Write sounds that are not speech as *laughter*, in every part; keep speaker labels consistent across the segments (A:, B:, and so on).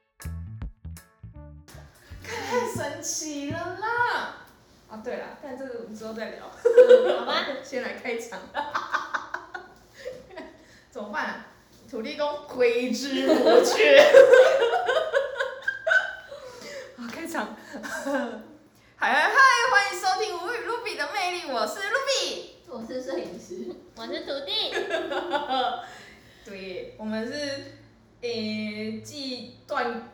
A: 哦之后再聊。
B: 嗯好吧，
A: *laughs* 先来开场，怎么办、啊？土地公挥之不去。 *laughs* 好，开场。 *laughs* 嗨嗨嗨，欢迎收听《无与露比的魅力》，我是露比。
C: 我是摄影师，
B: 我是土地，
A: *laughs* 对，我们是诶，继断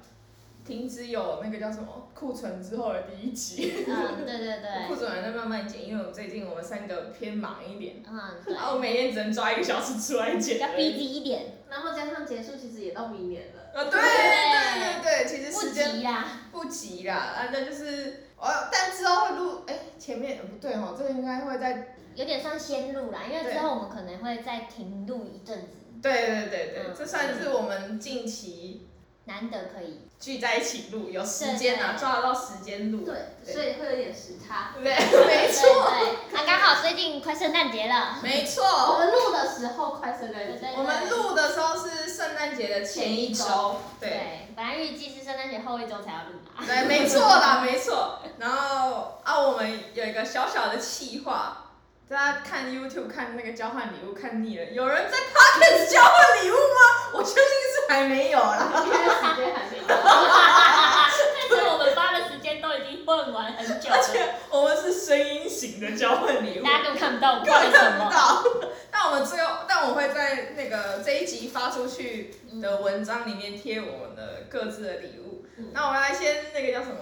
A: 停止有那个叫什么库存之后的第一集。
B: 嗯，对对
A: 库 *laughs*
B: 对，
A: 存还在慢慢减，因为我们最近我们三个偏忙一点。
B: 嗯
A: 然后我
B: 对，
A: 每天只能抓一个小时出来剪。
B: 要逼急一点，
C: 然后加上结束，其实也到明年了。
A: 啊，对对对对，其实
B: 不
A: 时间
B: 急啊啦，
A: 不急啦，啊，那就是哦，但之后会录，哎，前面呃不对哦，这个应该会在，
B: 有点算先录啦，因为
A: 对
B: 之后我们可能会再停录一阵子，
A: 对对对对，
B: 嗯
A: 这算是我们近期
B: 难得可以，
A: 聚在一起录，有时间啊，
B: 对对
A: 抓得到时间录，
C: 对，所以会有点时差。
A: 对，没错，
B: 对对，啊刚好最近快圣诞节了，
A: 没
C: 我
A: 错，
C: 们录的时候快圣诞
B: 对
C: 节，
B: 对，
A: 我们
B: 对
A: 录的时候是圣诞节的前一
C: 前一
A: 周
C: 周，
A: 对。
B: 对，本来预计是圣诞节后一周才要录
A: *laughs*
B: 嘛，
A: 对，没错啦，没错。然后啊，我们有一个小小的企划，大家看 YouTube 看那个交换礼物看腻了，有人在 Pocket 交换礼物吗？我确定是还没有啦。
C: *laughs* 应该时间还没到。
B: 但是我们发的时间都已经混完很久
A: 而
B: 了，
A: *laughs* 且我们是声音型的交换礼物，
B: 大家根本看不到我们
A: 根本
B: 在什
A: 看 *laughs* 不
B: 么，
A: 到。但我们最后，但我会在那个这一集发出去的文章里面贴我们的各自的礼物。
C: 嗯
A: 那我们来先那个叫什么？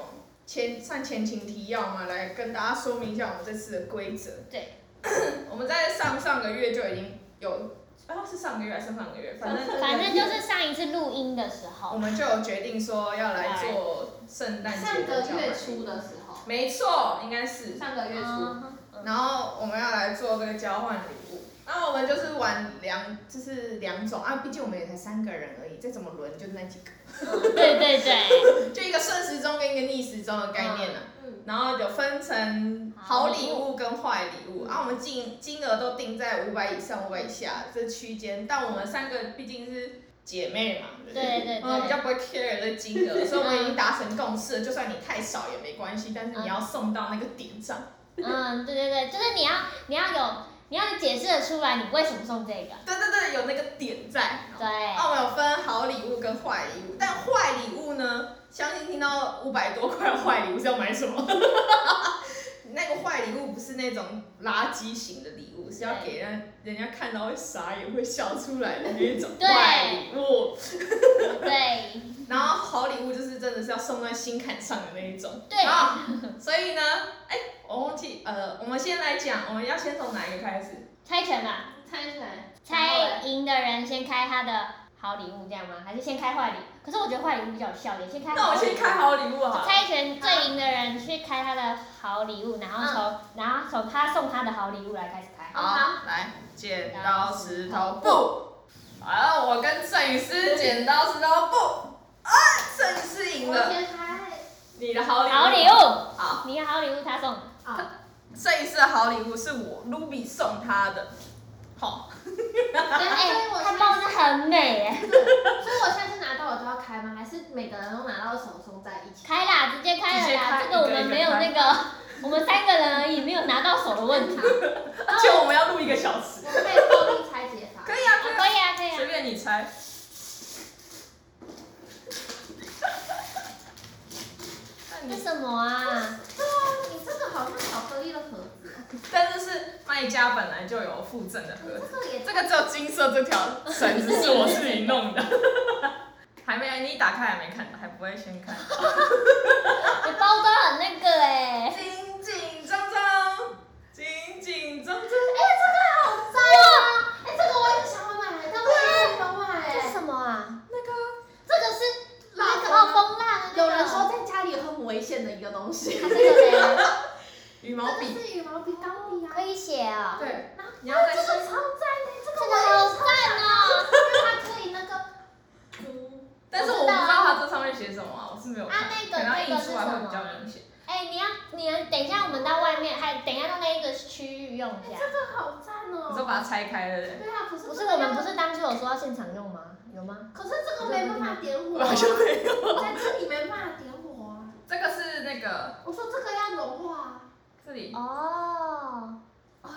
A: 前算前情提要嘛，来跟大家说明一下我们这次的规则。
B: 对，
A: *coughs* 我们在上上个月就已经有，啊是上个月还是上上个月，反正
B: 反正就是上一次录音的时
A: 我
B: 候，
A: 们就有决定说要来做圣诞节
C: 上
A: 的
C: 个
A: 交
C: 月
A: 换。
C: 初的时候，
A: 没错，应该是。
C: 上个月初，
B: 嗯
A: 然后我们要来做这个交换礼物，那我们就是玩两，就是两种啊，毕竟我们也才三个人而已，再怎么轮就那几个，
B: 对对对，
A: 就一个顺时钟跟一个逆时钟的概念啊。
C: 嗯，
A: 然后有分成好礼物跟坏礼物，啊，我们金金额都定在五百以上、五百以下这区间，但我们三个毕竟是姐妹嘛，不
B: 对对对
A: 我们比较不会 care 这金额，所以我们已经达成共识了，就算你太少也没关系，但是你要送到那个点上。
B: 嗯对对对，就是你要你要有你要解释得出来你为什么送这个，
A: 对对对，有那个点在。
B: 对，
A: 澳门有分好礼物跟坏礼物，但坏礼物呢，相信听到五百多块的坏礼物是要买什么？ *laughs* 那个坏礼物不是那种垃圾型的礼物，是要给人人家看到会傻眼、会笑出来的那一种
B: 对
A: 坏礼物。
B: 对
A: 然后好礼物就是真的是要送在心坎上的那一种。
B: 对
A: 啊，所以呢，哎、我忘记呃，我们先来讲，我们要先从哪一个开始？
B: 猜拳吧，
C: 猜出来，
B: 猜赢的人先开他的好礼物，这样吗？还是先开坏礼？可是我觉得坏礼物比较有效点，先开好礼物。
A: 那我先开好礼物好了。
B: 猜拳最赢的人去开他的好礼物，然后从、然后从他送他的好礼物来开始开。
A: 好，来，剪刀石头布。好了，我跟摄影师剪刀石头布。啊，摄影师赢
C: 我
A: 了。
C: 先猜
A: 你的好礼物。
B: 好礼。物，
A: 好，
B: 你的好礼物他送，
C: 啊，
A: 摄影师的好礼物是我 Ruby 送他的。 *laughs* 好，
B: 哎、
C: 所以我
B: 他
C: 现
B: 包
C: 在
B: 的很美哎，
C: 所以我现在是拿到我就要开吗？还是每个人都拿到手送在一起？
B: 开啦，直接开了啦，
A: 直接开
B: 这个我们没有那
A: 一
B: 个， *laughs* 我们三个人而已，没有拿到手的问题。
A: 而且我们要录一个小时。
C: 我被暴力拆解法
A: 可，以啊，
B: 啊
A: 可以
B: 可
A: 啊，
B: 以啊，可以
A: 随
B: 啊，
A: 便你猜。 *laughs* 那
B: 这
A: 你，
B: 什么啊？
C: 对啊，你这个好像巧克力的盒子哦，
A: 但是是卖家本来就有附赠的盒
C: 这
A: 子。
C: 个也
A: 这个只有金色这条绳子是我自己弄的， *laughs* 还没你打开还没看到，还不会先看。
B: 你包装很那个哎、
A: 紧紧张张，紧紧张张，
C: 哎，这个好赞啊！哎，这个我也想买，但我也没有买
B: 这是
C: 哎。
B: 什么啊？
A: 那个
B: 这个是那
C: 那
B: 个
C: 个
B: 哦，风蜡的那个。
C: 有人说在家里很危险的一个东西，
B: 它是 *laughs* 这个嘞
A: 羽
C: 这
A: 毛
C: 个
A: 笔，
C: 是羽毛笔钢笔
B: 可
C: 啊。
B: 以写啊，
A: 对，
C: 然后
A: 你要再
C: 哎这个
A: 试，
C: 超赞的，这
B: 这
C: 个
B: 个
C: 我也
B: 好
C: 有，
B: 赞哦！
C: 因为它可以那个，嗯，
A: 但是我不知道它这上面写什么啊，我是没有看，
B: 啊那个
A: 可能要印出来会比较明显。
B: 哎，你要你等一下，我们到外面，还等一下到那一个区域用一
C: 哎
B: 下
C: 这。个好赞哦。
A: 你说把它拆开了，对不对
C: 对啊，可是
B: 不是
C: 这个
B: 我们不
C: 要，
B: 是当初有说要现场用吗？有吗？
C: 可是这个没办法点火
A: 我
C: 啊，
A: 好像没有。
C: 在这里没办法点火啊。
A: 这个是那个
C: 我说这个要融化啊，
A: 这里，
B: 哦，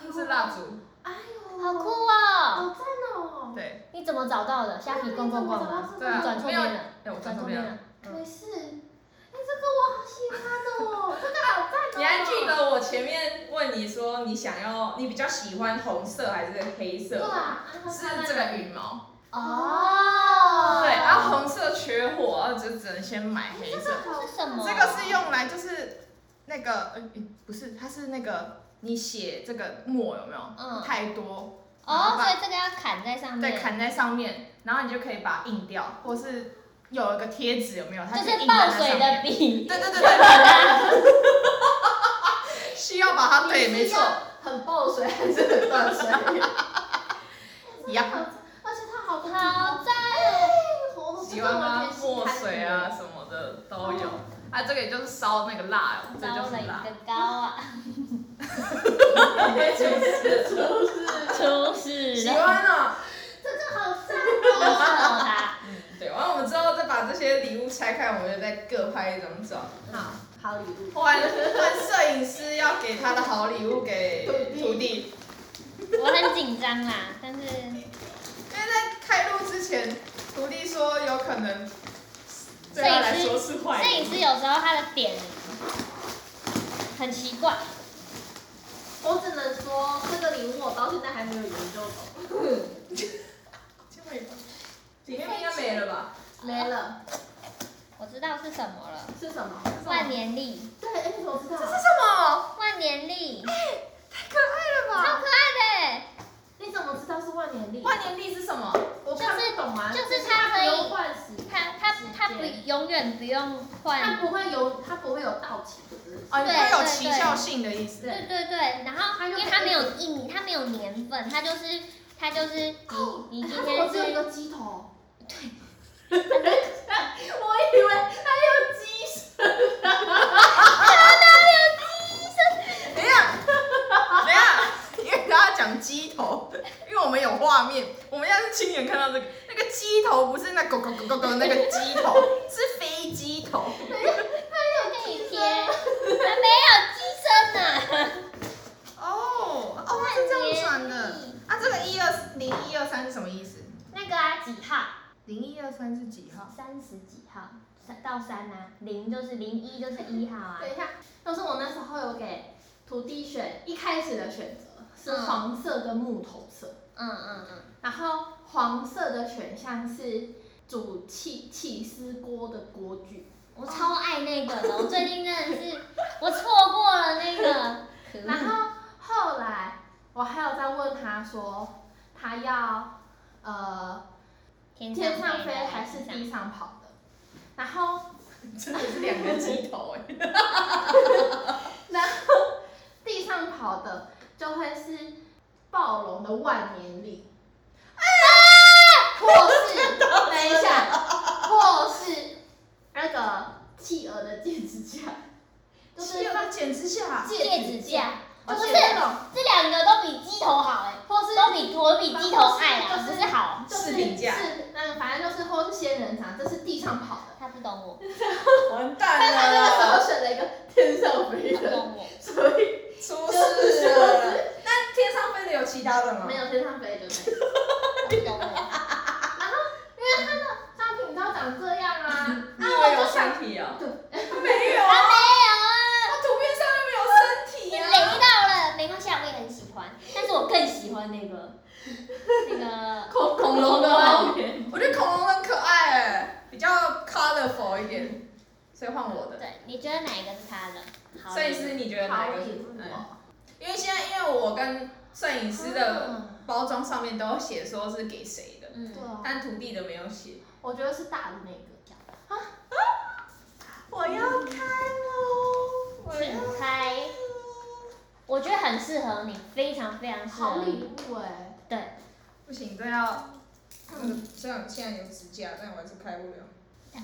C: 呦
A: 是蜡烛，
C: 哎呦，
B: 好酷，哦！
C: 好赞哦！
A: 对，
B: 你怎么找到的？虾皮逛逛逛吧。
A: 对啊
B: 你转错边了，
A: 哎，我
B: 转
A: 转
B: 错
A: 错
B: 边
A: 边
B: 了
A: 了。。
C: 没事，哎，这个我好喜欢哦，这个好赞哦！
A: 你还记？得我前面问你说你想要，你比较喜欢红色还是黑色？
C: 对啊，
A: 是这个羽毛。
B: 哦。
A: 对，然后红色缺货，然后就只能先买黑色。
C: 好
B: 是什么？
A: 这个是用来就是那个呃不是，它是那个你写这个墨有没有？
B: 嗯
A: 太多，
B: 哦，所以这个要砍在上
A: 对，
B: 面，
A: 砍在上面，然后你就可以把它印掉，或是有一个贴纸有没有？它
B: 就
A: 可以印
B: 是
A: 在
B: 爆
A: 那上
B: 水
A: 面。
B: 的笔。
A: 对对对对对。需要把它对，没错，，
C: 很爆水还是很断水？
A: 一样。
C: 而且它好多
B: 好赞！
C: 红，
A: 喜欢
C: 哎
A: 吗？墨水啊，什么的都有。啊，这个也就是烧那个蜡，这
B: 招
A: 就
B: 了
A: 是
B: 一
A: 蜡。
B: 个高啊！
C: 这个
B: 出事
A: 喜
B: 了， *laughs*
A: 欢啊！
C: 好赞
B: 出手
C: 哦！
B: 啦！
A: 对，完了我们之后再把这些礼物拆开，我们就再各拍一张照。
C: 好，好礼物。
A: 换换摄影师要给他的好礼物给徒弟，
B: 我很紧张啦，但是
A: 因为在开录之前，徒弟说有可能对他来说是坏
B: 摄影
A: 礼物。
B: 师有时候他的点很奇怪，
C: 我只能说，这个礼物我到现在还没有研究懂。
A: 里面应该没了吧？
C: 没了，
B: 我知道是什么了，
C: 是什么？
B: 万年历，
C: 对，哎，我知道
A: 这是。什么？
B: 万年历，
A: 太可爱
B: 超
A: 了吧！
B: 可爱
C: 你怎么知道是万年历？
A: 万年历是什么？
C: 我看不懂啊。
B: 就是它可以
C: 不用换时
B: 的，，他他他不永远不用
C: 它
B: 换，
C: 不会有，它不会有到期的。只是
A: 哦，
B: 对
A: 会有
B: 对
A: 奇
B: 对
A: 效性的意思。
B: 对对对，然后因为他没有印，他没有年份，他就是他就是
C: 哦
B: 你你今
C: 它怎
B: 天
C: 么只有一
B: 是
C: 个鸡头？对。 *laughs* 等一下，我以为它有鸡身
A: 等一下，等一下，因为大家讲鸡头，因为我们有画面，我们要是亲眼看到这个，那个鸡头不是那狗狗狗狗狗那个鸡头，是飞机头。
B: 可以贴，还没有啊机身呢，
A: 哦哦，它是这样转的。啊，这个一二零一二三是什么意思？
B: *laughs* 那个啊几号？
A: 零一二三是几号？
B: 三十几号，三到三啊，零就是零一就是一号啊。
C: *laughs* 等一下，要是我那时候有给徒弟选，一开始的选择是黄色跟木头色。
B: 嗯嗯嗯，
C: 然后黄色的选项是煮气气丝锅的锅具，
B: 我超爱那个的，我最近真的是我错过了那 *laughs* 个。可恶
C: 然后后来我还有在问他说，他要呃
B: 天
C: 天上
B: 上
C: 飞
B: 的
C: 还是地上跑的，然后
A: 真的是两个鸡头哎、
C: 然后地上跑的就会是暴龙的万年历，或是等一下，或是那个企鹅的戒指甲，就是
A: 要剪指甲，
B: 戒指架，
C: 就
B: 不
C: 是
B: 是
C: 那种，
B: 这两个都比鸡头好哎，
C: 或是
B: 都比我比鸡头爱啊，
C: 就
B: 不
C: 是
B: 是好。
C: 就是
A: 视频架
C: 是那个反正就是或是仙人掌，这是地上跑的，
B: 他不懂我，
A: 完
C: 但他 *laughs* 那个
A: 蛋
C: 时
A: 了，
C: 候选了一个天上飞
B: 他不
C: 人，
B: 懂我。
C: *laughs* 所以
A: 出事了。那天上飞的有其他的吗
C: 没？有天上飞的那个，
B: 他不懂我， *laughs*
C: 因为他的商品都长这样啊，
A: 你
C: 那
A: 以
C: 我
A: 为
C: 就
A: 有
C: 想
A: 身体啊？
C: 对，
A: 没有
B: 他
A: 啊。
B: 没
A: 图片上又没
B: 有
A: 有
B: 啊，
A: 身体啊。
B: 雷到了，没关系啊，我也很喜欢，但是我更喜欢那个那个
C: 恐恐
B: 龙
C: 龙
B: 的
C: 的
B: 外
C: 外面，
A: 我觉得恐龙很可爱哎，比较 colorful 一点，所以换我的。
B: 对，你觉得哪一个是他的？好
A: 摄影师，你觉得哪一
C: 好
A: 个是
C: 礼？物
A: 嗯
C: 哦，
A: 因为现在因为我跟摄影师的包装上面都有写说是给谁的，
B: 嗯
C: 对，啊，
A: 但徒弟的没有写。
C: 我觉得是大的那个，
A: 我要开喽！我
B: 请开。我觉得很适合你，非常非常适
C: 好
B: 合你。
C: 礼物哎，
B: 对，
A: 不行，这要。嗯，虽然现在有指甲，但我还是开不了。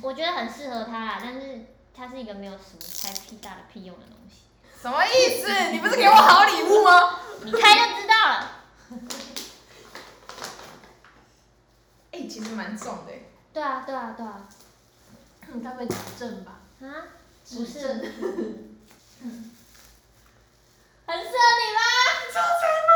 B: 我觉得很适合他啦，但是它是一个没有什么太屁大的屁用的东西，
A: 什么意思？你不是给我好礼物吗？
B: 你开就知道了。
A: 哎、其实蛮重的、欸。
B: 对啊，对啊，对啊。
C: 你该不会指正吧？
B: 啊？不
C: 指
B: 是
C: 正，
B: 很适合你吧？
A: 周成吗？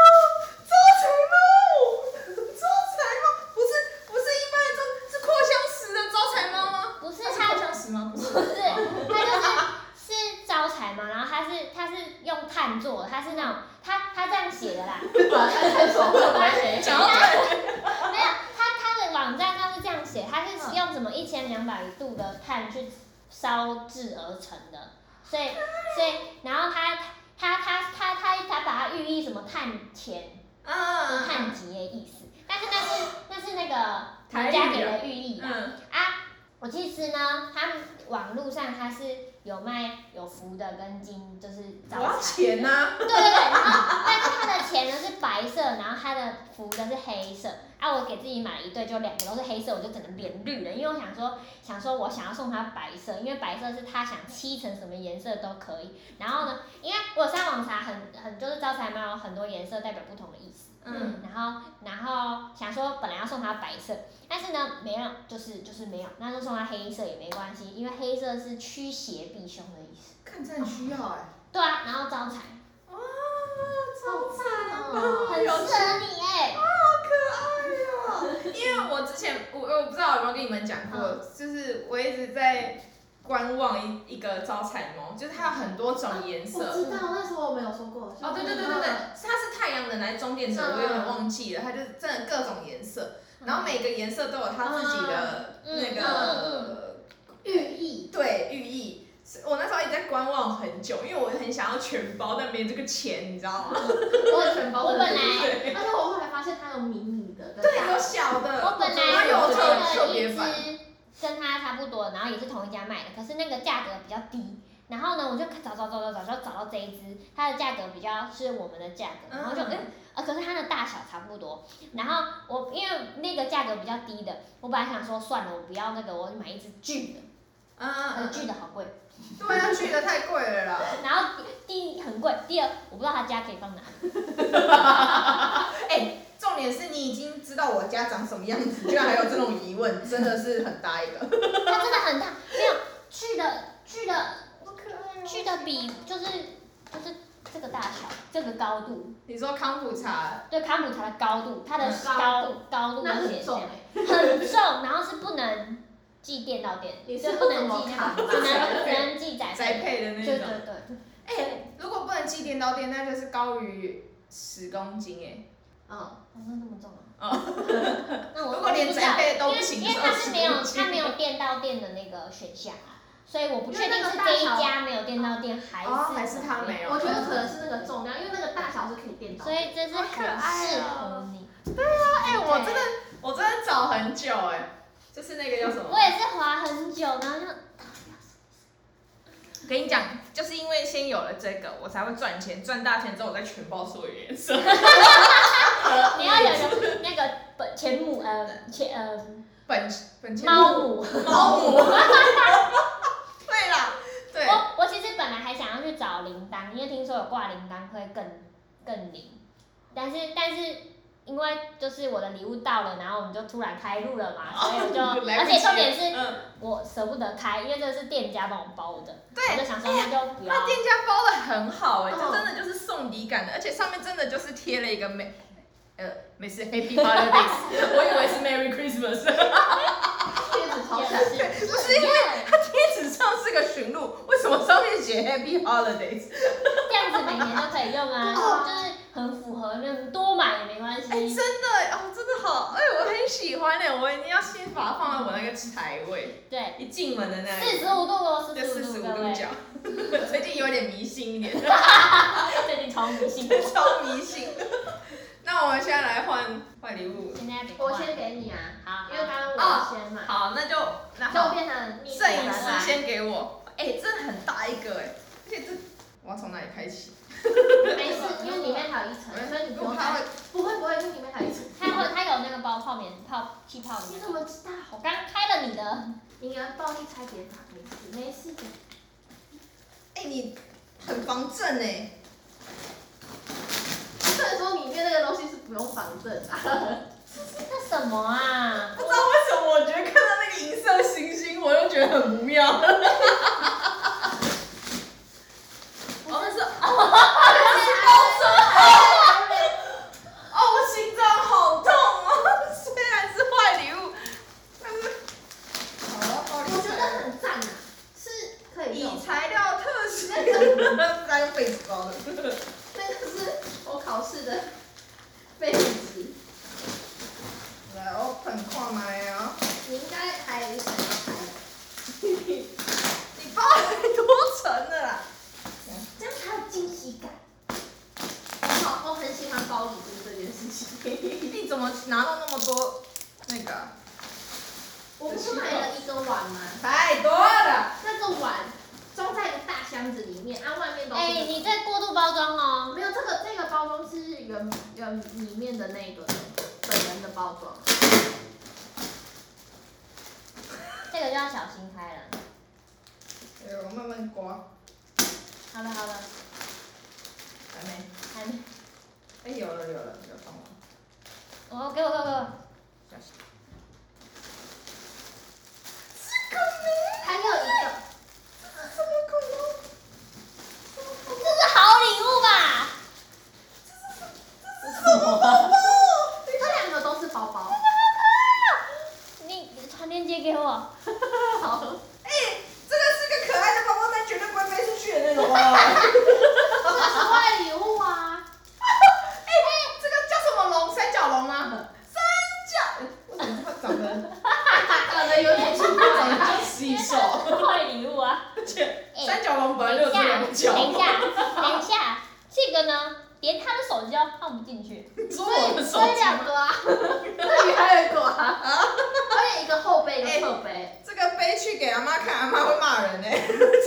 B: 这样写的啦，
C: 把它看手会买谁？
A: 想要看
B: 没有，他他的网站上是这样写，他
A: 嗯
B: 是用什么一千两百度的碳去烧制而成的，所
A: 啊
B: 以所以然后他他他他他他把它寓意什么碳钱
A: 啊
B: 碳极的意思，但是那是那是那个
A: 台
B: 人
A: 语啊
B: 家给的寓意啊。
A: 嗯
B: 啊我其实呢，他们网络上它是有卖有福的跟金，就是
A: 我
B: 招
A: 要
B: 财。
A: 钱呐、
B: 对对对，然后但是它的钱呢是白色，然后它的福的是黑色。啊，我给自己买一对，就两个都是黑色，我就只能变绿了，因为我想说，想说我想要送他白色，因为白色是他想漆成什么颜色都可以。然后呢，因为我上网查很很就是招财猫有很多颜色代表不同的意思，
A: 嗯，
B: 然后然后想说本来要送他白色，但是呢没有，就是就是没有，那就送他黑色也没关系，因为黑色是驱邪避凶的意思。
A: 看这很需要哎、
B: 对啊，然后招财。
A: 啊，超惨
B: 哦，
A: 哦，
B: 很适
A: 有钱
B: 合你哎、
A: 好可爱哦！因为我之前我我不知道有没有跟你们讲过，就是我一直在观望一一个招财猫，就是它有很多种颜
C: 我
A: 色。
C: 知道，那时候我没有说过。
A: 哦，对对对对对，它是太阳能还是中电子，
C: 嗯
A: 我有点忘记了。它就是真的各种颜色，然后每个颜色都有它自己的
B: 嗯
A: 那
B: 嗯
A: 个
C: 寓意。
A: 对寓意。是我那时候一直在观望很久，因为我很想要全包，但没这个钱，你知道吗？
C: 我有全包。
B: 我本来
A: 对
C: 而且我后来发现它有迷你的，
B: 嗯
A: 对，
C: 吧
A: 有小的，
B: 我本
A: 然
B: 来
A: 后有
B: 有
A: 特特别
B: 一
A: 版。
B: 只跟它差不多，然后也是同一家卖的，可是那个价格比较低。然后呢，我就找找找找找，就找到这一只，它的价格比较是我们的价格，然后就
A: 嗯
B: 嗯，呃，可是它的大小差不多。然后我因为那个价格比较低的，我本来想说算了，我不要那个，我买一只巨的，
A: 嗯嗯
B: 呃，
A: 嗯，
B: 巨的好贵。
A: 对啊，去的太贵了啦。
B: 然后第一很贵，第二我不知道它家可以放哪里。
A: 哎、重点是你已经知道我家长什么样子，居然还有这种疑问，真的是很大一个。
B: 它真的很大，没有去的去的
A: 好可爱
B: 去的比就是就是这个大小，这个高度，
A: 你说康普茶，
B: 对康普茶的高度，它的
A: 嗯
B: 高高度
C: 那
B: 的
C: 很
B: 写
C: 重
B: 下
C: 哎、
B: 很重，然后是不能寄电到店，
C: 你
B: 就是不能
C: 用什么
B: 寄那
C: 卡
B: 个，只
A: *laughs*
B: 能只能寄载
A: 宅
B: 费。
A: 配的
B: 对
A: 那种。
B: 对对，
A: 哎、如果不能寄电到店，那就是高于十公斤哎、
C: 嗯，
B: 好像这么重啊。
A: 哦，
B: 那
A: *laughs*
B: 我
A: 如果连宅配都不行
B: 因为因为它是没
A: 是
B: 有
A: 不是
B: 它没有电到店的那个选项啊，所以我不确定
C: 因为那
B: 是
C: 个
B: 这一
C: 大小
B: 家没有电到店还是
A: 哦，还是
B: 怎么
A: 他
B: 样
A: 没有。
C: 我觉得可能是那个重量，因为那个大小是可以变到的。
B: 所以这是
A: 好
B: 很
A: 可爱
B: 适
A: 哦
B: 合你。
A: 哎、
B: 对
A: 我真的我真的找很久哎、就是那个叫什么
B: 我？也是滑很久，然后就
A: *laughs* 我跟你讲，就是因为先有了这个，我才会赚钱，赚大钱之后我再全包所有颜色。 *laughs*
B: 你要有个那个本前母呃前呃
A: 本本钱
B: 猫母。
A: 猫
B: *laughs*
A: 母。对啦，对。
B: 我我其实本来还想要去找铃铛，因为听说有挂铃铛会更更灵，但是但是因为就是我的礼物到了，然后我们就突然开录了
A: *laughs*
B: 嘛，所以我就
A: 来
B: 而
A: 不及
B: 且
A: 了
B: 重点是
A: 嗯，
B: 我舍不得开，因为这是店家帮我包的，我
A: 对，
B: 就想说那就不
A: *laughs*
B: 要
A: 那。店家包的很好哎、
C: 嗯
A: 这真的就是送礼感的，而且上面真的就是贴了一个美，呃，没事，Happy
B: *laughs*
A: Holidays，我以为是 Merry Christmas，
C: 贴纸超小
B: 也
C: 心。
B: 是
A: 不是因为它贴纸上是个驯鹿，为什么上面写 Happy Holidays？
B: 这样子每年都可以
A: *laughs*
B: 用啊，
C: 哦
B: 就是很符合，那多买也没关
A: 哎、真
B: 系。
A: 的哦，真的好，哎、我很喜欢哎、我一定要先把它放在我那个财位，
B: 对，
A: 一进门的那
B: 四
A: 里，
B: 十五度哦，
A: 就四
B: 四十
A: 十
B: 五
A: 五
B: 度，各位
A: 度，角， *laughs* 最近有点迷信一点。 *laughs*
B: 啊最近超迷 *laughs* 信。
A: 超迷信的。那我们现在来换换礼物。
B: 现在
C: 我先给你啊，
B: 好，
C: 因为刚刚我先买，
A: 好，那就那
C: 就
A: 好，
C: 变成你
A: 摄影
C: 拿来
A: 师先给我。哎、这很大一个哎、而且这我要从哪里开始？
C: 没事，因为里面还有一层，所以你不用
A: 它
C: 怕
A: 会。
C: 不会不会，因为里面还有一层。
B: 它有它有那个包泡棉泡气泡
C: 你
B: 棉，
C: 怎么知道？
B: 我刚开了你的，
C: 你要暴力拆解法，没事没事的。
A: 哎、你很防震哎、
C: 所以说里面那个东西是不用防震的。
B: 那什么啊？
A: 不知道为什么，我觉得看到那个银色星星，我就觉得很不妙。我们是哦，哦，我心脏好痛哦！虽然是坏礼物，但是好了，暴
C: 我觉得很赞啊，是可以
A: *laughs*
C: 用
A: 以。材料特许，三倍高的。
C: 那个是我考考试的废纸。
A: *laughs* 来，我很看麦啊！
C: 你应该还有一层要拍的，
A: 你包太多层了啦！
B: 这样才有惊喜感。
C: 好，我很喜欢包礼物这件事情。
A: 你怎么拿到那么多那个啊、
C: 我不是买了一个碗吗？
A: 太多了，
C: 那个碗装在一个大箱子里面，啊，外面都是。
B: 哎、你这过度包装哦。
C: 没有这个这个包装是原原里面的那个的本人的包装。
B: 这个就要小心开了。
A: 哎呦，慢慢刮，
B: 好了好了，
A: 还没。
B: 还没，
A: 哎，有了有了，有帮我。
B: 我给我给我给我。
C: 还有一个，
B: 这是好礼物 *laughs* 吧？
C: 这两个都是包包。
B: 你传链接给我。
C: 好，
A: 哎，这个是个可爱的包包，但绝对不会飞出去的那种啊！
C: 这是坏礼物啊！
A: 哎，这个叫什么龙？三角龙吗？三角，为什么它长得
C: 长得有点奇怪。
A: 长得就洗
B: *laughs*
A: 手？
B: 坏礼物啊！
A: 而且
B: 哎
A: 三角龙本来
B: 等
A: 就有
B: 一
A: 这
B: 下，
A: 两角，
B: 等一下，等一下，这个呢，连他的手机都放不进去。
A: 你说我
C: 所
A: 的
C: 以
A: 手
C: 所以
A: 机吗
C: 两个啊，这里还有一个啊，而且一个后背一个侧背，
A: 这个背去给阿妈看，阿妈会骂
C: *laughs*
A: 人呢、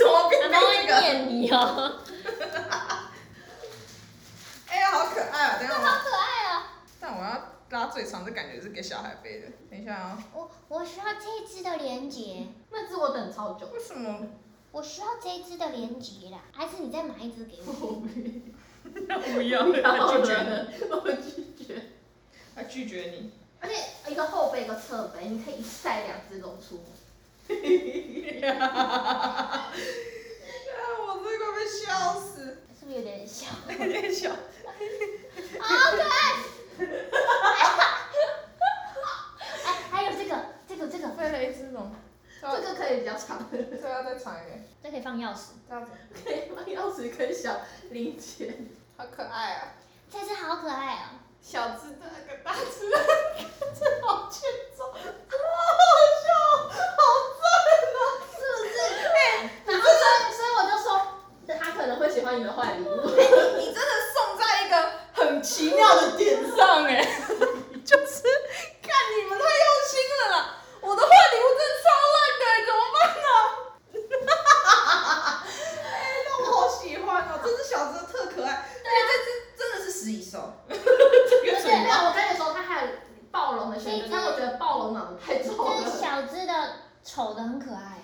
A: 怎么变
B: 他
A: 背
B: 妈会
A: 这个？
B: 念你哦。
A: 哎、呀，好可爱啊！等一下我，
B: 好可爱啊！
A: 但我要拉最长，这感觉是给小孩背的。等一下啊、
B: 我我需要这一只的连接，
C: 那只我等超久。
A: 为什么？
B: 我需要这一只的连接啦，还是你再买一只给我？
A: 不要
C: 不要
A: 拒绝
C: 了，我拒绝。
A: 他拒绝你。
C: 而且一个后背一个侧背，你可以一次带两只龙出门。
A: 啊，哎我这个被笑死，
B: 是不是有点小？啊
A: 有点小。
B: 好可爱！哎，还有这个，这个，这个，
A: 飞了一只龙，这
C: 这
A: 个
C: 个可以比较长， *laughs* 可
A: 这个要再长一点，
B: 这可以放钥匙。
A: 这样子，
C: 以把钥匙跟小零钱。
A: 好可爱啊！
B: 这只好可爱哦。
C: 小只的那个大只的，这好欠揍，好好笑，好赞啊！是不是？哎，然后所以所以我就说，他可能会喜欢你的坏礼物。
A: 你真的送在一个很奇妙的点上哎、 *laughs* 就是看你们太用心了啦！我的坏礼物真的超烂的、怎么办呢、哎、那我好喜欢哦、这只小只的特可爱，对、这只真的是食蚁兽，哎这个
C: 而
A: *laughs*
C: 且没有，我跟你说，他还有暴龙的选择，但我觉得暴龙脑子太重
B: 这只
C: 了。
B: 小只的丑的很可爱。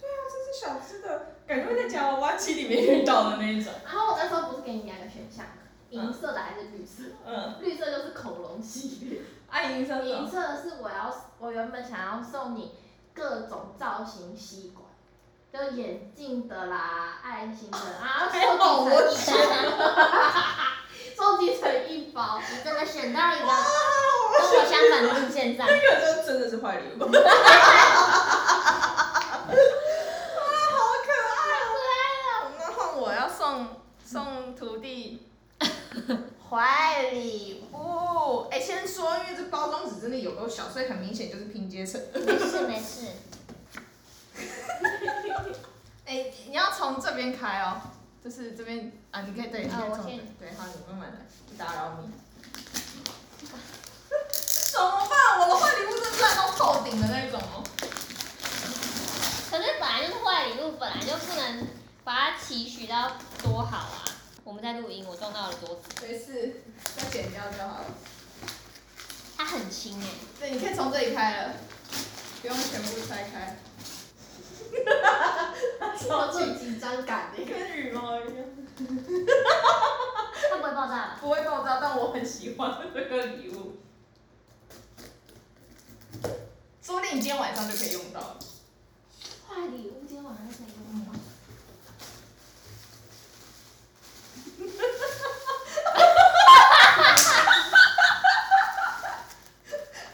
A: 对啊，这只小只的感觉会在夹娃娃机里面遇到的那一种，
C: 然后我那时候不是给你两个选项吗？银色的还是绿色？
A: 嗯，
C: 绿色就是恐龙系列，
A: 爱银生
C: *laughs* 银
A: 的，
C: 色的是我要我原本想要送你各种造型吸管，就眼镜的啦、爱心的 *laughs* 啊，
A: 还好
B: 哦
C: 收集
A: 我
C: 成
A: 选，
C: 收集成一包。
B: 你真的选到一
C: *laughs*
B: 个
A: 啊，
B: 跟
A: 我
B: 我相反的路线上。
A: 这个就真的是坏 *laughs* 礼物，啊，好可爱哦！可爱哦！那换我要送送徒 *laughs* 弟坏礼物。哎、先说，因为这包装纸真的有够小，所以很明显就是拼接成。
B: 没事没事，
A: 哎、你要从这边开哦，就是这边啊，你可以对，你可
B: 啊
A: 以
B: 我
A: 从
B: 先
A: 对，好，你慢慢来，不打扰你。 *laughs* 怎么办？我的坏礼物真烂到透顶的那种哦。
B: 可是本来就是坏礼物，本来就不能把它期许到多好啊。我们在录音，我撞到了桌子，
A: 没事，再剪掉就好了。
B: 它很轻哎、
A: 对，你可以从这里开了，不用全部拆开。
C: 我
A: *laughs*
C: 做紧张感的，
A: 跟羽毛啊一样。
B: 它不会爆炸吧？
A: 不会爆炸，但我很喜欢这个礼物。说不定你今天晚上就可以用到了。
C: *laughs* 坏礼物今天晚上谁用吗？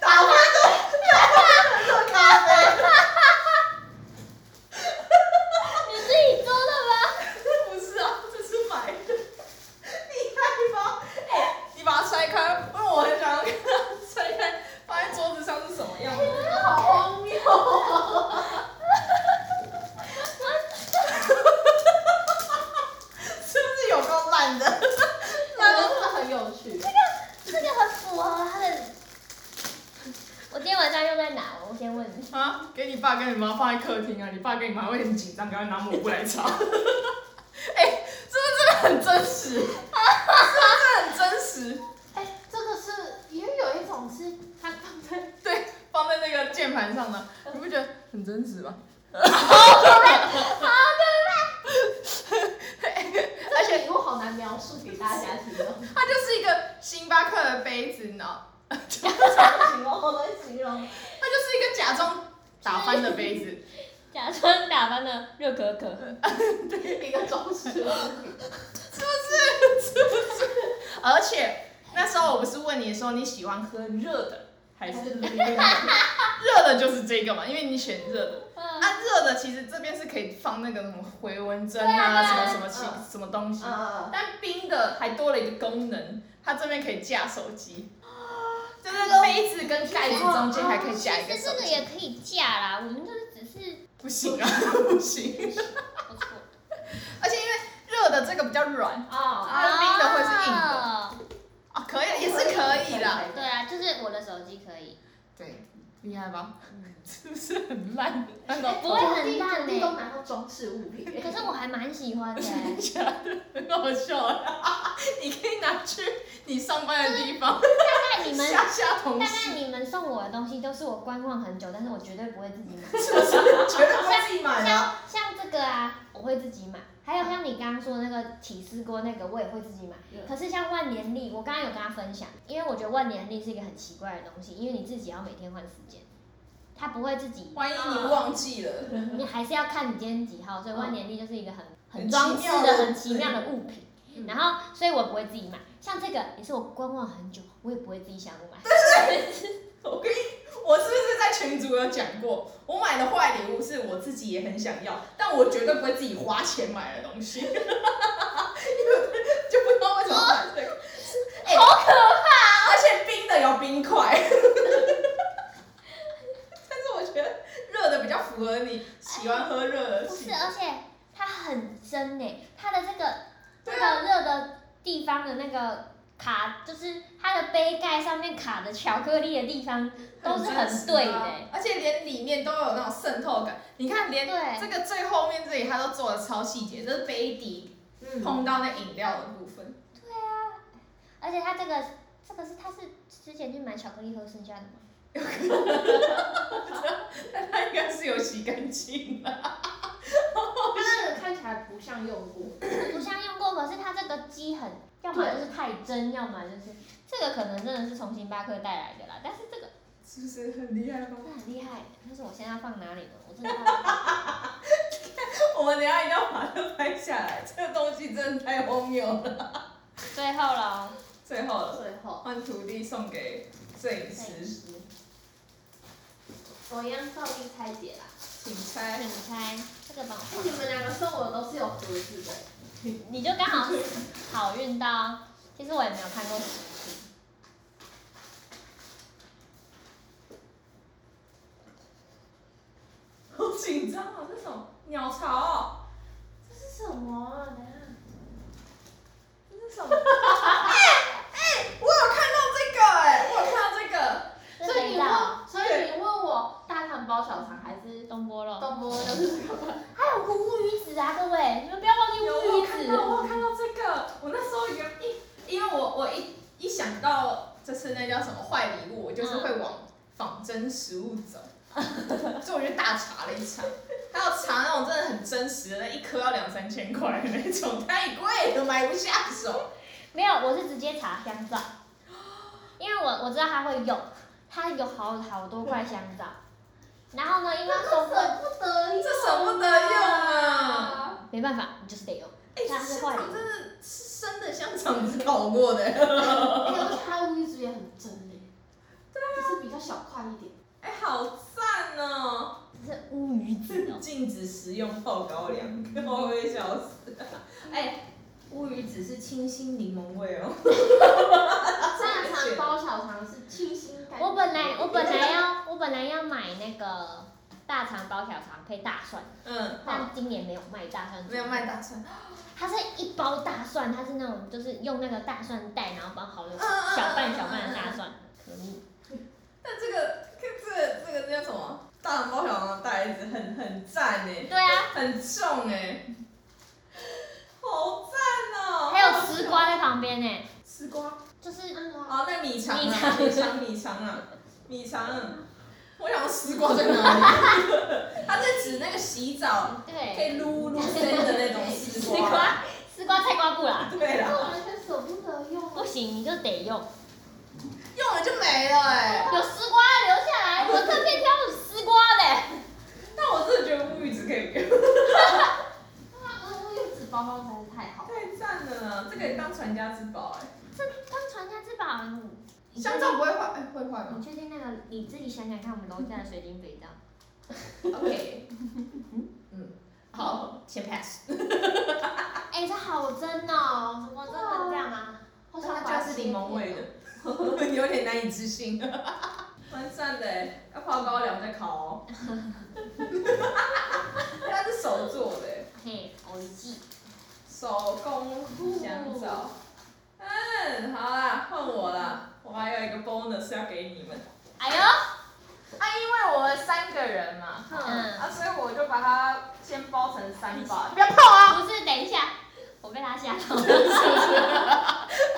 A: 打翻都 *laughs* 要喝咖啡，
B: 你自己做的吗？
A: 不是啊，这是买的，厉害吗？哎、 *laughs* 啊给你爸跟你妈放在客厅啊，你爸跟你妈会很紧张，赶快拿抹布来 *laughs* 擦。哎、是不是真的很真实？是不是真的很真实？
C: 哎、这个是也有一种是它放在
A: 对，放在那个键盘上的，你不觉得很真实 *laughs* 吗？哎
C: 而且礼物好难描述给大家听哦，
A: 它就是一个星巴克的杯子，你知道，
C: 形容好难形容。
A: 它就是一个假装打翻的杯子。
B: 假装打翻了热可可，
C: 一个装饰物，
A: *laughs* 而且那时候我不是问你的时候，你喜欢喝热的还是
B: *laughs*
C: 还是冷的？
A: 热的？就是这个嘛，因为你选热的。
B: 嗯，
A: 啊，热的其实这边是可以放那个什么回纹针
B: 对
A: 啊，
B: 啊
A: 什么
B: 对啊
A: 什么其
C: *laughs* 嗯
A: 什么东西。
C: 嗯
A: 但冰的还多了一个功能，它这边可以架手机，就是杯子跟盖子中间还可以
B: 啊哦其
A: 架一个
B: 实
A: 手
B: 这个
A: 机。
B: 也可以嫁啦，我们就是只是
A: 不行啊，不行！
B: 不错
A: 而且因为热的这个比较软
C: 嗯啊，
A: 啊冰的会是硬的
B: 哦
A: 啊，可以也是可以啦。
B: 对啊，就是我的手机可以，
A: 对，厉害吧？
B: 嗯，
A: *laughs* 是不是很烂？
B: *laughs*
A: 烂
B: 哎
A: 到
B: 不会很烂
C: 地都
B: 呢、
C: 拿到装饰物品，
B: 可是我还蛮喜欢
A: *laughs*
B: 的、欸，
A: 假的，很好笑啊！你可以拿去你上班的地方
B: 大概你们
A: 吓吓同
B: 大
A: 事
B: *laughs* 概，你们送我的东西都是我观望很久，但是我绝对不会自己买。
A: *laughs* 是不是？觉得
C: 自己买
B: 像像这个啊，我会自己买。还有像你刚刚说的那个起司锅那个，我也会自己买。可是像万年历，我刚刚有跟他分享，因为我觉得万年历是一个很奇怪的东西，因为你自己要每天换时间，它不会自己，
A: 万一你忘记了，
B: 你还是要看你今天几号，所以万年历就是一个很
A: 很
B: 很
A: 奇
B: 装饰
A: 妙
B: 的、
A: 的
B: 很奇妙的物品。
C: 嗯
B: 然后，所以我不会自己买。像这个也是我观望很久，我也不会自己想买。
A: *laughs* 我跟你，我是不是在群组有讲过，我买的坏礼物是我自己也很想要，但我绝对不会自己花钱买的东西，因为 *laughs* 就不知道为什么买这
B: *laughs*
A: 个，好可
B: 哦
A: 怕、而且冰的有冰块， *laughs* 但是我觉得热的比较符合你喜欢喝热的
B: 不是，
A: 系，
B: 而且它很真诶，它的这个
A: 对
B: 那
A: 啊，
B: 个热的地方的那个卡，就是它的杯盖上面卡的巧克力的地方，都是很对
A: 真实
B: 的
A: 啊
B: 欸。
A: 而且连里面都有那种渗透感，你看连
B: 对
A: 这个最后面这里它都做的超细节，这是杯底
C: 嗯
A: 碰到那饮料的部分， *laughs*
B: 而且它这个这个是它是之前去买巧克力喝剩下的吗？
A: 它应该是有洗干净的。
C: 它那个看起来不像用过，
B: 不像用过，可是它这个机很，要么就是太真，要么就是这个可能真的是从星巴克带来的啦。但是这个
A: 是不是很厉害吗？
B: 真的很厉害，但是我现在要放哪里呢？我真的要放哪里
A: *laughs* 我们等一下一定要把它拍下来， *laughs* 这个东西真的太荒谬了。
B: 最后了，
A: 最后了，
C: 最后
A: 换徒弟送给摄影
B: 摄影
A: 师，
B: 师，
C: 我一样照例拆解啦。
A: 请猜
B: 你猜这个帮我
C: 哎、
B: 放
C: 你们两个送我都是有盒子的，
B: 你就刚好是好运到，其实我也没有看过实体。
A: 好紧张
C: 哦
A: 啊！这是什么鸟巢哦、
C: 这是什么啊？等一
A: 这
C: 下
A: 是什么？哎哎、我有看到这个哎、我有看到这个，
C: 所以你
B: 这谁的
C: 问
B: 啊，
C: 所以你问我大肠包小肠还是
B: 东波肉，
C: 东波就是这个？
B: 还有个乌鱼子啊，各位，你们不要忘记
A: 有我
B: 乌
A: 有
B: 鱼
A: 看到，我有
B: 子。
A: 看到这个，我那时候有一，因为我我一一想到这次那叫什么坏礼物，我就是会往仿真食物走，所以我就大查了一查，还有查那种真的很真实的，那一颗要两三千块的那种，太贵了，买不下手。
B: 没有，我是直接查香皂，因为我我知道它会有，它有好好多块香皂。然后呢，因为它
C: 这
B: 收
C: 舍
B: 费，
C: 不得用，
A: 这舍不得用
C: 哦
A: 啊！
B: 没办法，你就是得用。
A: 哎、这
B: 它是
A: 香
B: 坏礼
A: 肠
B: 物
A: 真的是生的香肠，是烤过的。
C: 哎、而且它乌鱼子也很真诶、只是比较小块一点。
A: 哎、好赞哦！
B: 这是乌鱼子哦。
A: 禁止食用爆高粱，我会笑死。哎、乌鱼子是清新柠檬味哦。
C: 大肠包小肠是清新感。
B: 我本来我本来要我本来要买那个大肠包小肠配大蒜，
A: *laughs* 嗯，
B: 但今年没有卖大蒜，
A: 没有卖大蒜。
B: 它是一包大蒜，它是那种就是用那个大蒜袋，然后包好的
A: 嗯嗯嗯
B: 小瓣小嗯瓣的大蒜，可以。
A: 但这个这个这个叫什么？大肠包小肠
B: 嗯
A: 欸
B: 啊
A: 哦
C: 什么？
A: 哦，那米肠啊，
B: 米
A: 米
B: 肠
A: 肠，米肠啊，米肠啊。我想说丝瓜在哪里？它是指那个洗澡可
B: 对，
A: 以撸撸身的那种丝
B: 丝
A: 瓜。
B: 瓜丝瓜菜瓜布啦，
A: 对啊
C: 那
A: 了，
C: 我们全手不能用
B: 不
C: 啊。
B: 行你就得用，
A: 用了就没了哎、
B: 有丝瓜留下来， *laughs* 我特别挑丝瓜的，
A: 但我真的觉得乌鱼子可以用，
C: 那个用纸包装才是太好。
A: 太赞了啦！这可以当传家之宝哎、
B: 这当传家之宝。你
A: 香皂不会坏，哎、会坏吗
B: 你确定那个你自己想想看，我们楼下的水晶肥皂。
A: ？OK，嗯，好，先 pass。
B: 哎、这好真哦，怎么真的这样啊？
C: 好
A: 它
C: 想把它
A: 就是柠檬味
C: 切
A: 的， *laughs* 有点难以置信。蛮赞的哎，要泡高粱再烤 *laughs* 哦。它是手做的哎，
B: 哦嘿，我一记，
A: 手工香皂。嗯，好啦，换我啦，我还有一个 bonus 要给你们。
B: 哎呦，
A: 啊，因为我们三个人嘛，
B: 嗯
A: 啊，所以我就把它先包成三 *laughs* 包。
C: 片。不要泡啊！
B: *laughs* 不是，等一下，我被他吓到了。 *laughs*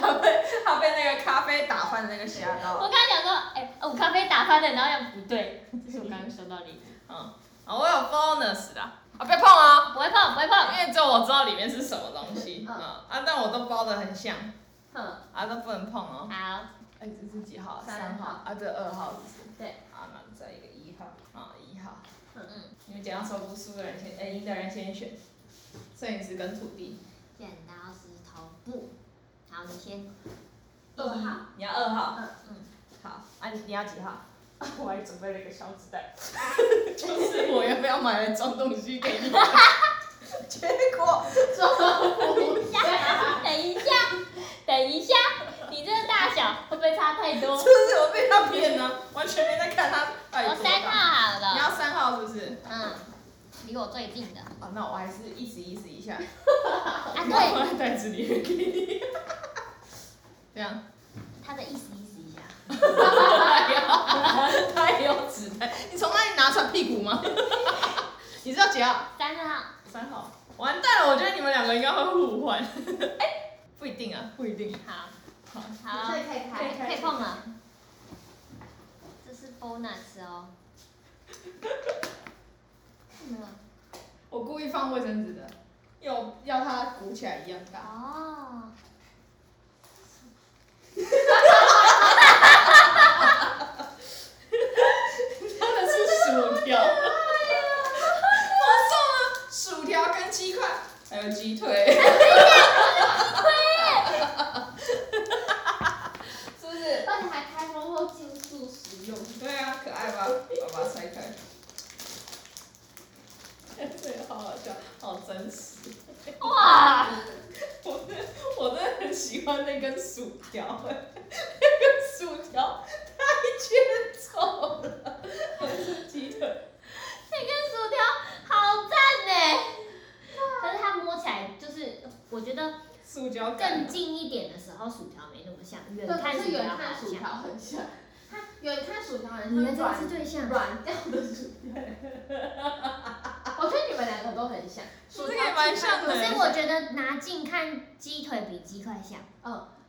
A: 他被他被那个咖啡打翻的那个吓到 *laughs* 了。
B: 我刚刚想说，哎、哦我咖啡打翻了，然后想不对，这是我刚刚收到的。
A: 嗯，啊，我有 bonus 啦，啊，不要碰啊、
B: 不会碰，不会碰。
A: 因为只有我知道里面是什么东西，
C: 嗯
A: 嗯啊，但我都包的很像，
C: 哼，
A: 啊，都不能碰哦。
B: 好，
A: 哎，这是几号？
C: 三
A: 三
C: 号
A: 啊，这二号是不是？
C: 对。
A: 啊，那再一个一号，啊，一号。
C: 嗯
B: 嗯。
A: 你们讲到手不输的人先，哎，赢的人先选。摄影师跟土地。
B: 剪刀石头布，好，你先。
C: 二号。
A: 你要二号。
C: 嗯
B: 嗯。
A: 好，啊，你你要几号？ *laughs* 我还准备了一个小纸
C: *laughs*
A: 袋，就是我要不要买来装东西给
C: *laughs*
A: 你们？结果
B: 等一下，等一下，等一下，你这个大小会不会差太多？
A: 就是我被他骗了，完全没在看他。哎拜
B: 我
A: 托
B: 三
A: 吧。
B: 号好
A: 你
B: 了，
A: 要三号是不是？
B: 嗯，离我最近的。
A: 啊，那我还是意思意思一下。
B: 啊，
A: 我
B: 对，
A: 放在袋子里面给你。这 *laughs* 样，
B: 他的意思意思一下。
A: 他也有纸袋，你从那里拿出来屁股 *laughs* 吗？你知道几号？
B: 三号，
A: 三号。完蛋了，我觉得你们两个应该会互 *laughs* 换。哎、不一定啊，不一定。
B: 好，
A: 好，
B: 好，
C: 以可以
A: 可以
B: 可以碰了。这是 bonus 哦。看到了
A: 我故意放卫生纸的，要要它鼓起来一样大。
B: 哦，
A: 真的是薯条。 *laughs* 我送了薯条跟鸡块，还有鸡腿。 *laughs* 是不是？
C: 而且还开封后尽速食用。
A: 对啊，可爱吧？我把它拆开。 *laughs* 这个好好笑，好真实。
B: 哇，
A: 我真我真的很喜欢那根薯条，哎那根薯条太欠揍了，我是鸡腿。
B: 这根薯条好赞呢！可是它摸起来就是，我觉得
A: 塑胶
B: 更
A: 感。
B: 近一点的时候，薯条没那么像，远
C: 对，
B: 看
C: 可是
B: 薯条
C: 远
B: 好
C: 看薯条
B: 像。
C: 很像，它远看薯条很
B: 你们这个
C: 软
B: 是对象，
C: 软掉的薯条。我觉得你们两个都很像，
A: 这
C: 薯条
A: 个也蛮像
B: 可
A: 的
B: 是我觉得拿近看鸡腿比鸡块像。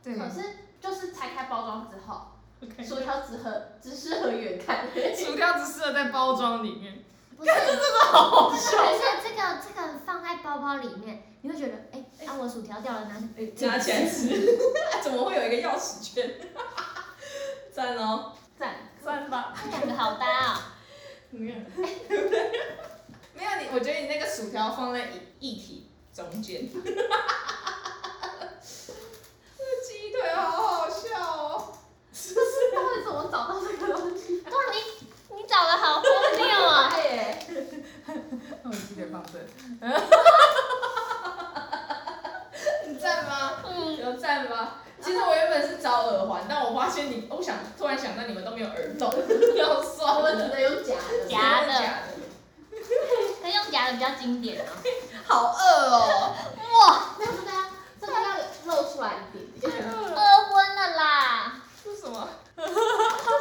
A: 对
C: 可是就是拆开包装之后，
A: OK
C: 薯条只合只适合远看， *laughs*
A: 薯条只适合在包装里 *laughs* 面。
B: 不是，可
A: 好
B: 是这个这个放在包包里面，你会觉得，哎、啊，我薯条掉了，拿去哎
A: 拿起来吃， *laughs* 怎么会有一个钥匙圈？ *laughs* 赞哦，
C: 赞。
A: 赞吧。
B: 这两个好搭啊、
A: 没有，没有你，我觉得你那个薯条放在一一体中间。 *laughs* 这鸡腿好好笑哦，是不是？
C: 他为什么找到这个东 *laughs* 西？
B: 哇，你你找的好荒谬啊！
C: 对耶！
A: 我鸡腿放对。 *laughs* 你赞吗？
B: 嗯，
A: 有赞吗？其实我原本是找耳环，但我发现你，我想突然想到你们都没有耳 *laughs* 洞，然后
C: 哦我
A: 算
C: 们只
A: 了，
C: 能用夹的。
B: 夹的
A: 真假的。
B: 可以用夹的比较经典啊。
A: 好饿 *laughs* 哦！
B: 哇，
C: 那不对啊，这个要露出来一点点。
B: 饿昏了啦！
A: 是什么？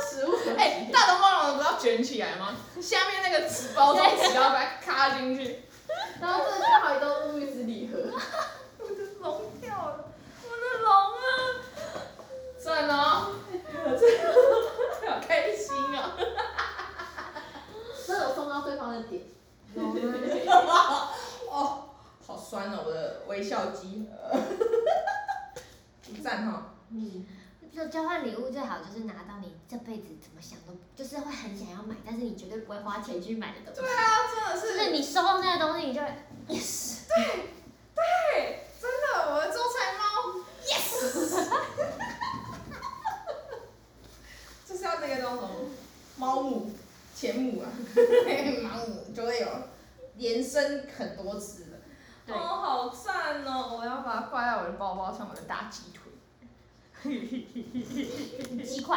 C: 食物很
A: 哎、大头暴龙不是要卷起来吗？下面那个纸包装纸要把它卡进去，
C: 然后这个刚好一个乌鱼子礼盒。
A: 我的龙掉了，我的龙啊！算了哦，啊 *laughs* 哦小 *laughs* 鸡，赞哈。
C: 嗯，
B: 就交换礼物最好就是拿到你这辈子怎么想都，就是会很想要买，但是你绝对不会花钱去买的东西。
A: 对啊，
B: 就
A: 真的
B: 是
A: 是，
B: 你收到那个东西，你就会 yes，
A: 对，真的，我的招财猫，yes，就是要那个叫什么猫母、钱母啊， *laughs* 猫母就会有延伸很多次的。
B: 对
A: 哦，好赞哦！我要把它挂在我的包包上，我的大鸡 *laughs* 腿。
B: 鸡块。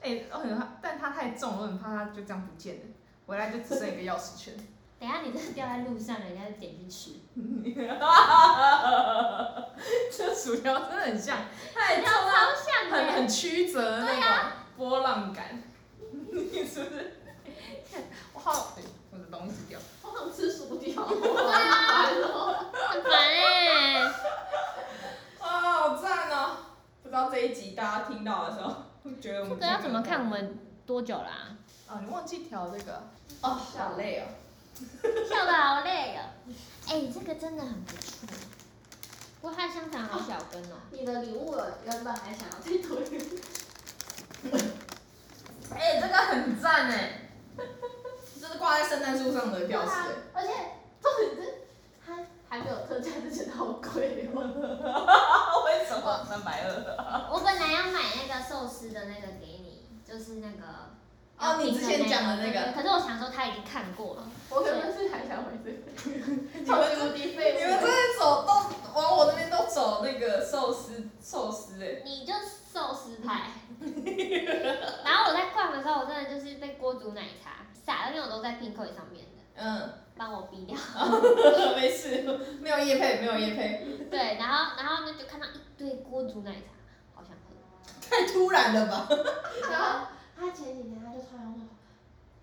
A: 哎、我很怕，但它太重，我很怕它就这样不见了，回来就只剩一个钥匙圈。
B: 等一下你这掉在路上，人家就捡去吃。
A: 这薯条真的很像，它很
B: 你要
A: 重啊，
B: 超像
A: 很
B: 的，
A: 很曲折的那种波浪感，你是不是？我好，我的东西掉。
C: 我想吃薯条， *laughs* 好烦哦。
B: 很烦哎、
A: 啊，好赞哦！不知道这一集大家听到的时候，会觉得我
B: 这
A: 们
B: 个要怎么
A: 这个
B: 看？我们多久啦、
A: 啊，你忘记调这个。哦，好累哦。
B: 笑得好累哦。哎、这个真的很不错。不过它的香肠好小根哦。
C: *laughs* 你的礼物我原本还想要再多一个，
A: 哎、这个很赞 *laughs* 哎，这是挂在圣诞树上的吊饰哎。
C: 啊而且重点是它还没有特价就觉得好贵哦。
A: *laughs* 为什么三百二？
B: 哦我本来要买那个寿司的那个给你，就是那个。
A: 哦你之前讲的那个
B: 对对对可是我想说他已经看过 *laughs* 了，
C: 我根本是还想回这个，
A: 你们
C: 无敌废
A: 你们真的走到往我那边都走那个寿司寿司哎、
B: 你就寿司派。然后我在逛的时候，我真的就是被锅煮奶茶洒了，因为我都在 Pinko 上面的，
A: 嗯，
B: 帮我逼掉。
A: *laughs* 没事，没有叶配，没有叶配，
B: 对，然后然后呢就看到一堆锅煮奶茶，好想喝。
A: 太突然了吧？
C: 然后他前几天他就突然问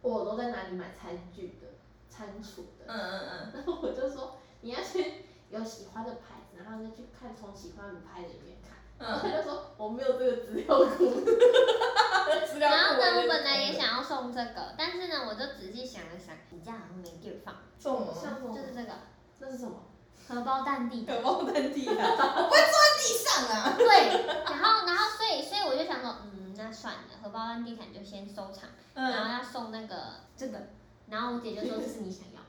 C: 我，我都在哪里买餐具的、餐厨的？
A: 嗯嗯
C: 然后我就说你要去有喜欢的牌子，然后再去看从喜欢的牌子里面看。然后
A: 嗯
C: 他就说我没有这个资料库，
A: 嗯，资料
B: 然后
A: 库
B: 呢，
A: 就
B: 我本来也想要送这个，但是呢，我就仔细想了想，你家好像没地儿放，
A: 中了，
C: 像
B: 就是这个
C: 这是什么？
B: 荷包蛋地
A: 可望在地啊，我不会坐在地上啊。
B: 对，然后然后所以所以我就想说，嗯，那算了，荷包蛋地毯就先收藏，然
A: 嗯，
B: 后要送那个这个，然后我姐就说这是你想要，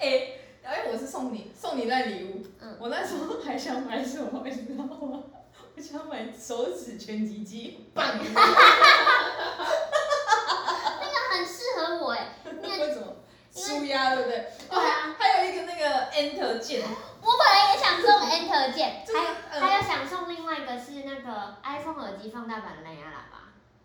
A: 哎、哎、我是送你送你那礼物，
B: 嗯，
A: 我那时候还想买什么，你知道吗？我想买手指拳击机， *laughs* 棒！
B: 那很适合我哎，
A: 为什么？舒压对不对？哦
B: 对啊，
A: 还有一个那个 Enter 键，
B: 我本来也想送 Enter 键，
A: 就是
B: 还有
A: 嗯
B: 还有想送另外一个是那个 iPhone 耳机放大版啊蓝牙喇叭。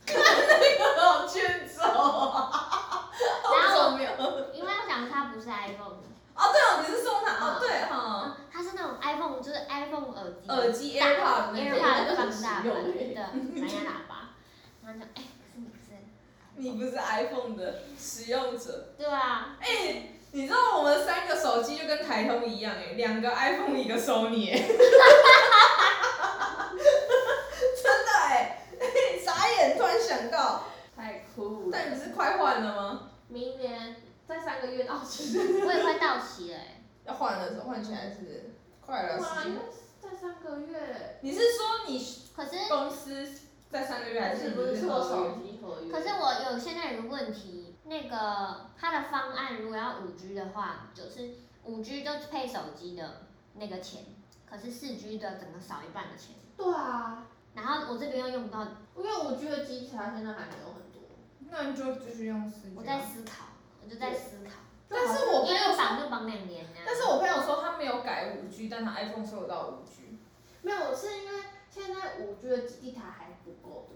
A: *laughs* 好欠揍啊！
B: 然后
A: 我没有。
B: 因为我想它不是 iPhone，
A: 哦，对哦，你是送他哦，对哈，
B: 啊它是那种 iPhone，就是 iPhone 耳机，
A: 耳机
B: 大
A: AirPod 嗯那种，
B: *laughs* AirPod 放大版的蓝牙喇叭，然后就哎，可是你是，
A: 你不是 iPhone 的使用者，
B: 对啊，
A: 哎、你知道我们三个手机就跟台通一样哎、两个 iPhone 一个 Sony，、欸、 *laughs* 真的哎、 *laughs* 欸，傻眼，突然想到，
C: 太酷
A: 但你不是快换了吗？
C: 明年再三个月到期。
B: 我也快到期了哎，
A: 要换了，换起来是快了
C: 哇，
A: 十
C: 因
A: 几
C: 为。再三个月，
A: 你是说你
B: 可是
A: 公司在三个月还是
C: 不是我手
A: 机？
C: 机合约？
B: 可是我有现在有个问题，那个它的方案如果要五 G 的话，就是五 G 就配手机的那个钱，可是四 G 的整个少一半的钱，
C: 对啊，
B: 然后我这边又用不到，
C: 因为五 G 的基础它现在还没有很多。
A: 那你就继续用四 G 啊。
B: 我在思考，我就在思考，
A: 但是我朋
B: 因为
A: 友
B: 绑就绑两年啊，
A: 但是我朋友说他没有改五 G，但他 iPhone 收得到五 G。
C: 没有，是因为现在五 G 的基地台还不够多，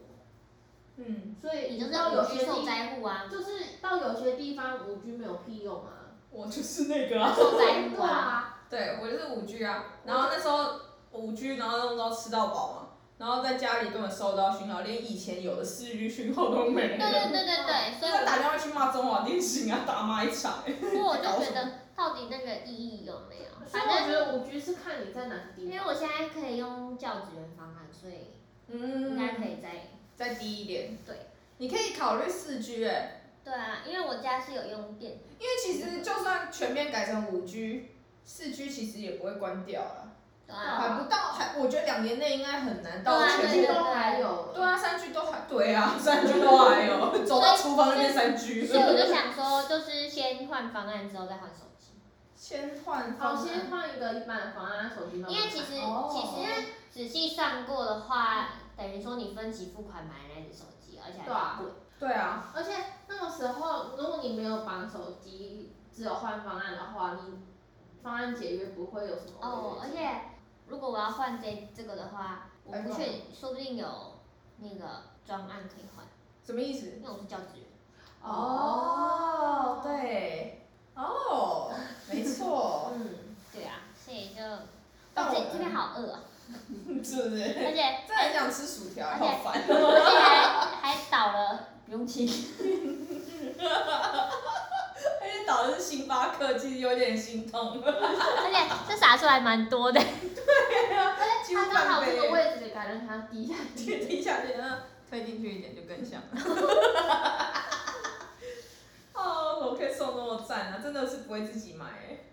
A: 嗯，
C: 所以
B: 你就是
C: 到
B: 五
C: 有些地
B: G 受灾户啊，
C: 就是到有些地方五 G 没有屁用啊。
A: 我就是那个啊。
B: 受灾户
C: 对
B: 啊，
C: 啊，
A: 对，我就是五 G 啊。然后那时候五 G，然后用到吃到饱嘛，然后在家里根本收不到讯号，连以前有的四 G 讯号都没
B: 对对
A: 了。
B: 对对对，所以
A: 他打电话去骂中华电信啊，大骂一场、欸。
B: 不过我就觉得到底那个意义有没有？
C: 啊所以
B: 反
C: 我
B: 正
C: 觉得五 G 是看你在哪个
B: 因
C: 地
B: 为
C: 方。
B: 我现在可以用教职员方案，所以应该可
A: 嗯，
B: 以再
A: 再低一点。
B: 对，
A: 你可以考虑四 G 哎、
B: 对啊，因为我家是有用电，
A: 因为其实就算全面改成五 G、四 G，其实也不会关掉了，
B: 对
C: 啊
B: 啊，
A: 还不到，还我觉得两年内应该很难到
B: 对啊
A: 全
C: 全
A: 面。
C: 部都还有，
A: 对啊，三 G 都还 *laughs* 对啊，三 G 都还有，走到厨房那边三 G
B: 所以我就想说，就是先换方案之后再换手
C: *laughs*
B: 机，
A: 先换
C: 好，
A: 方
C: 先
A: 案，
C: 换一个一般的方案，手机慢慢
B: 因为其实
A: 哦
B: 其实仔细算过的话，等于说你分期付款买那只手机，而且还
C: 对啊
B: 蛮贵。
A: 对啊，
C: 而且那个时候，如果你没有绑手机，只有换方案的话，你方案解约不会有什么
B: 哦，
C: 问
B: 而
C: 题。
B: 且如果我要换这这个的话，我不确
C: 嗯
B: 定，说不定有那个专案可以换，
A: 什么意思？
B: 因为我是教职员。
A: 哦，对，哦，没
B: *laughs*
A: 错，
C: 嗯，
B: 对啊，所以就，
A: 但
B: 这
A: 我
B: 这边 *laughs* 好饿、啊，
A: 是不是？
B: 而且
A: 真的很想吃薯条，
B: 而且
A: 好烦。 *laughs*
B: 而且还还倒了，不用请。
A: 而且导致星巴克，其实有点心痛。
B: 而且这洒出来蛮多的，
A: 几乎
C: 它刚好
A: 半
C: 这个
A: 杯，
C: 位置感觉它低下去。
A: 踢下去，然后推进去一点就更 *laughs* 像了。哦，我可以送那么赞啊，真的是不会自己买欸，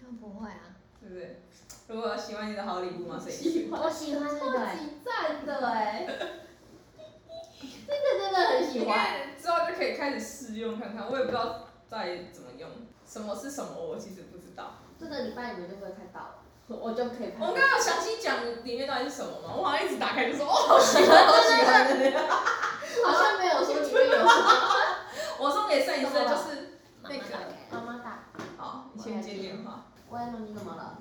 B: 就不会啊，
A: 是不是？如果喜欢你的好礼物吗？谁
C: 喜欢
B: 我喜欢那
C: 超
B: 个、欸，
C: 级赞的哎、这个真的很喜
A: 应
C: 欢。
A: 该之后就可以开始试用看看，我也不知道再怎么用，什么是什么，我其实不知道。
C: 这个礼拜你们就不会看到了，我就可以拍
A: 我
C: 到。
A: 们刚刚有详细讲里面到底是什么吗？我好像一直打开就说，哦， *laughs* 好喜欢，好喜欢的那样。
C: 好像没有说里面有什 *laughs* 么。
A: *laughs* 我送给摄影师的就是，
B: 妈妈打给
C: 妈
B: 的
C: 妈打，
A: 好，你先接电话。
C: 喂，妈咪怎么了？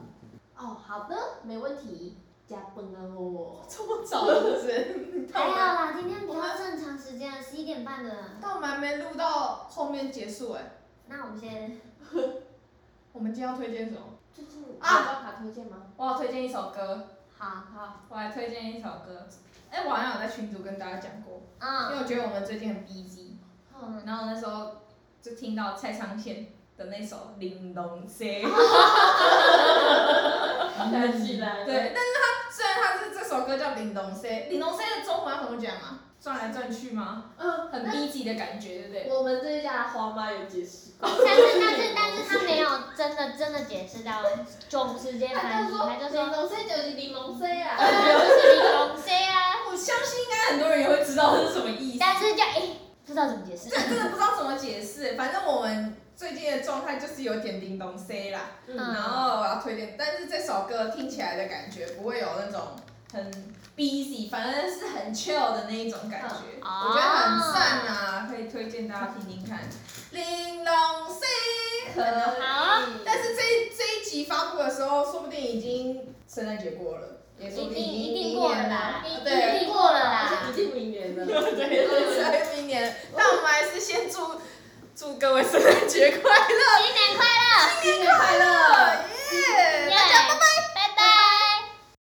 C: 哦，好的，没问题。加班啊我。
A: 这么早了是不 *laughs* 是？
B: 还好啦，今天比较正常时间了，十一点半了。
A: 但我们还没录到后面结束哎、
B: 那我们先，
A: 我们今天要推荐什么？
C: 最近有
A: 啊
C: 办法推荐吗？
A: 我要推荐一首歌，
B: 好，
C: 好，
A: 我还推荐一首歌。哎、我好像有在群组跟大家讲过，因
B: 嗯
A: 为我觉得我们最近很 busy，
B: 嗯，
A: 然后那时候就听到蔡昌宪的那首《玲珑谁》。 *laughs*
C: 想起来了。
A: 对，但是他虽然他是这首歌叫《玲珑 C》，玲珑 C 的中文要怎么讲啊？转来转去吗？
C: 嗯，
A: 很低级的感觉，对不对？
C: 我们这一家花妈有解释过。
B: 但是但是但是他没有真的真的解释到总时间翻译，他就
C: 柠
B: 说
C: 檬 C 就是柠檬 C
B: 对
C: 啊。
B: 啊，就是玲珑 C 啊，
A: 我相信应该很多人也会知道这是什么意思，
B: 但是就哎、不知道怎么
A: *laughs*
B: 解释。
A: 但真的不知道怎么解释。反正我们最近的状态就是有点玲珑 C 啦，
B: 嗯
A: 然后我要推荐，但是这首歌听起来的感觉不会有那种很 busy，反正是很 chill 的那一种感觉，
B: 嗯哦
A: 我觉得很赞啊，可以推荐大家听听看。玲珑 C 可能
B: 好，
A: 但是这一这一集发布的时候，说不定已经圣诞节过了，也说不
B: 一
A: 定
B: 定
A: 已经
B: 一定
A: 明
B: 过了
A: 年
B: 啦，
A: 了，
B: 一定一
A: 对，
B: 定过了
C: 而且
B: 啦
C: 已。经明年了。
A: 对，所以明年。但我们还是先祝祝各位圣诞节快乐，
B: 新年快乐！
A: 新年快乐！